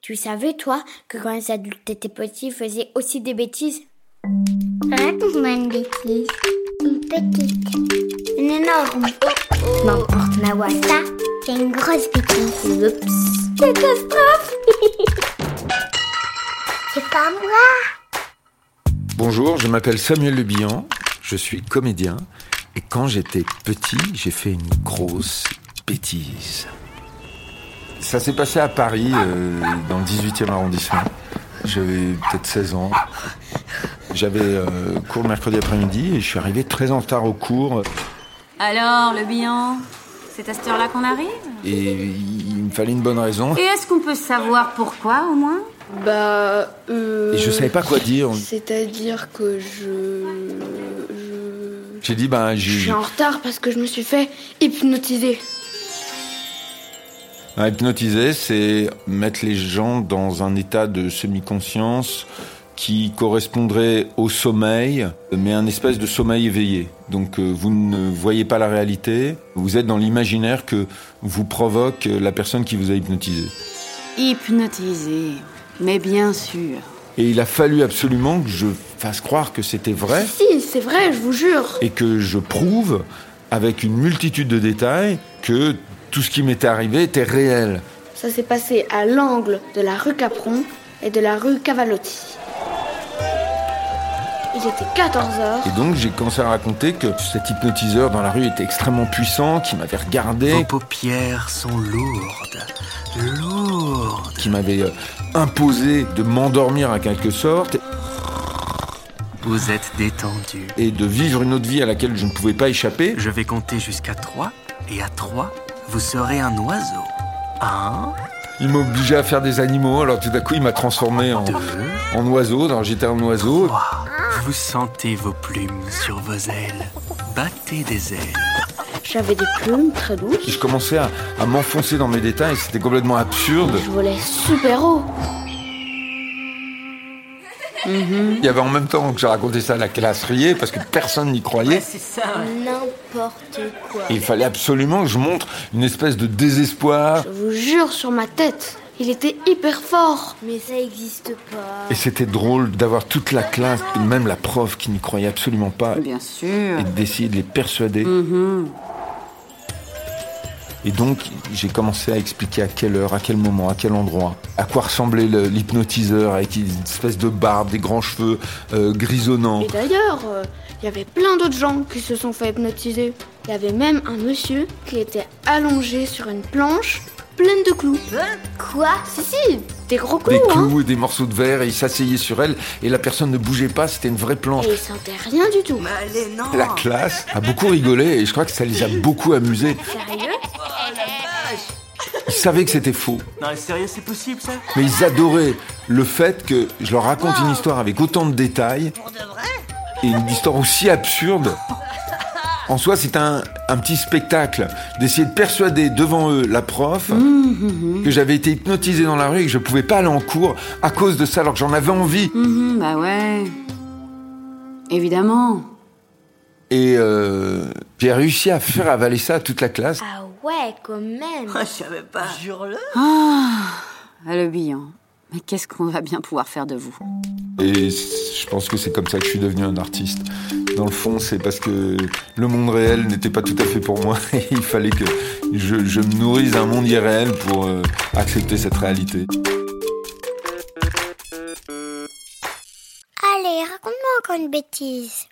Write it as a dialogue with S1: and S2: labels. S1: Tu savais, toi, que quand les adultes étaient petits, ils faisaient aussi des bêtises
S2: Raconte-moi une bêtise.
S1: Une petite.
S2: Une énorme.
S1: N'importe, Mawa.
S2: Ça, c'est une grosse bêtise.
S1: Oups.
S2: Catastrophe C'est pas moi
S3: Bonjour, je m'appelle Samuel Le Bihan, je suis comédien et quand j'étais petit, j'ai fait une grosse bêtise. Ça s'est passé à Paris, euh, dans le 18e arrondissement. J'avais peut-être 16 ans. J'avais euh, cours le mercredi après-midi et je suis arrivé très en retard au cours
S4: Alors, le bilan C'est à cette heure-là qu'on arrive
S3: et il me fallait une bonne raison.
S4: Et est-ce qu'on peut savoir pourquoi, au moins
S5: Bah, euh...
S3: Et je savais pas quoi dire.
S5: C'est-à-dire que je... Je...
S3: J'ai dit, ben,
S5: Je suis
S3: j'ai
S5: en retard parce que je me suis fait hypnotiser.
S3: Un hypnotiser, c'est mettre les gens dans un état de semi-conscience qui correspondrait au sommeil, mais un espèce de sommeil éveillé. Donc euh, vous ne voyez pas la réalité, vous êtes dans l'imaginaire que vous provoque euh, la personne qui vous a hypnotisé.
S4: Hypnotisé. Mais bien sûr.
S3: Et il a fallu absolument que je fasse croire que c'était vrai
S5: Si, c'est vrai, je vous jure.
S3: et que je prouve avec une multitude de détails que tout ce qui m'était arrivé était réel.
S5: Ça s'est passé à l'angle de la rue Capron et de la rue Cavalotti. Il était 14h.
S3: Et donc j'ai commencé à raconter que cet hypnotiseur dans la rue était extrêmement puissant, qui m'avait
S6: Vos
S3: regardé,
S6: paupières sont lourdes, lourdes.
S3: qui m'avait euh, imposé de m'endormir en quelque sorte
S6: Vous êtes détendu.
S3: et de vivre une autre vie à laquelle je ne pouvais pas échapper.
S6: Je vais compter jusqu'à 3 et à 3, vous serez un oiseau. 1,
S3: Il m'obligeait à faire des animaux, alors tout d'un coup il m'a transformé en,
S6: 2,
S3: en oiseau, alors j'étais un oiseau.
S6: 3. Vous sentez vos plumes sur vos ailes. Battez des ailes.
S5: J'avais des plumes très
S3: Et
S5: douces.
S3: je commençais à, à m'enfoncer dans mes détails, c'était complètement absurde.
S5: Je volais super haut.
S3: Il y avait en même temps que j'ai raconté ça, la classe riait parce que personne n'y croyait.
S4: C'est ça.
S1: N'importe quoi.
S3: Et il fallait absolument que je montre une espèce de désespoir.
S5: Je vous jure sur ma tête. Il était hyper fort.
S1: Mais ça existe pas.
S3: Et c'était drôle d'avoir toute la classe, même la prof qui n'y croyait absolument pas,
S4: Bien sûr.
S3: et d'essayer de les persuader. Et donc, j'ai commencé à expliquer à quelle heure, à quel moment, à quel endroit, à quoi ressemblait le- l'hypnotiseur, avec une espèce de barbe, des grands cheveux euh, grisonnants.
S5: Et d'ailleurs, euh, il y avait plein d'autres gens qui se sont fait hypnotiser. Il y avait même un monsieur qui était allongé sur une planche pleine de clous.
S1: Quoi
S5: Si, si, des gros clous,
S3: Des
S5: hein.
S3: clous et des morceaux de verre, et il s'asseyait sur elle, et la personne ne bougeait pas, c'était une vraie planche.
S5: Et il sentait rien du tout.
S6: Allez, non
S3: La classe a beaucoup rigolé, et je crois que ça les a beaucoup amusés.
S5: Sérieux
S3: Ils savaient que c'était faux.
S6: Non, mais sérieux, c'est possible ça
S3: Mais ils adoraient le fait que je leur raconte une histoire avec autant de détails. Et une histoire aussi absurde. En soi, c'est un, un petit spectacle d'essayer de persuader devant eux la prof que j'avais été hypnotisé dans la rue et que je pouvais pas aller en cours à cause de ça alors que j'en avais envie.
S4: Mhm, bah ouais. Évidemment.
S3: Et euh, j'ai réussi à faire avaler ça à toute la classe.
S1: Ah ouais, quand même.
S4: Ah, le bilan. Mais qu'est-ce qu'on va bien pouvoir faire de vous
S3: Et c- je pense que c'est comme ça que je suis devenu un artiste. Dans le fond, c'est parce que le monde réel n'était pas tout à fait pour moi. Et il fallait que je, je me nourrisse d'un monde irréel pour euh, accepter cette réalité.
S2: Allez, raconte-moi encore une bêtise.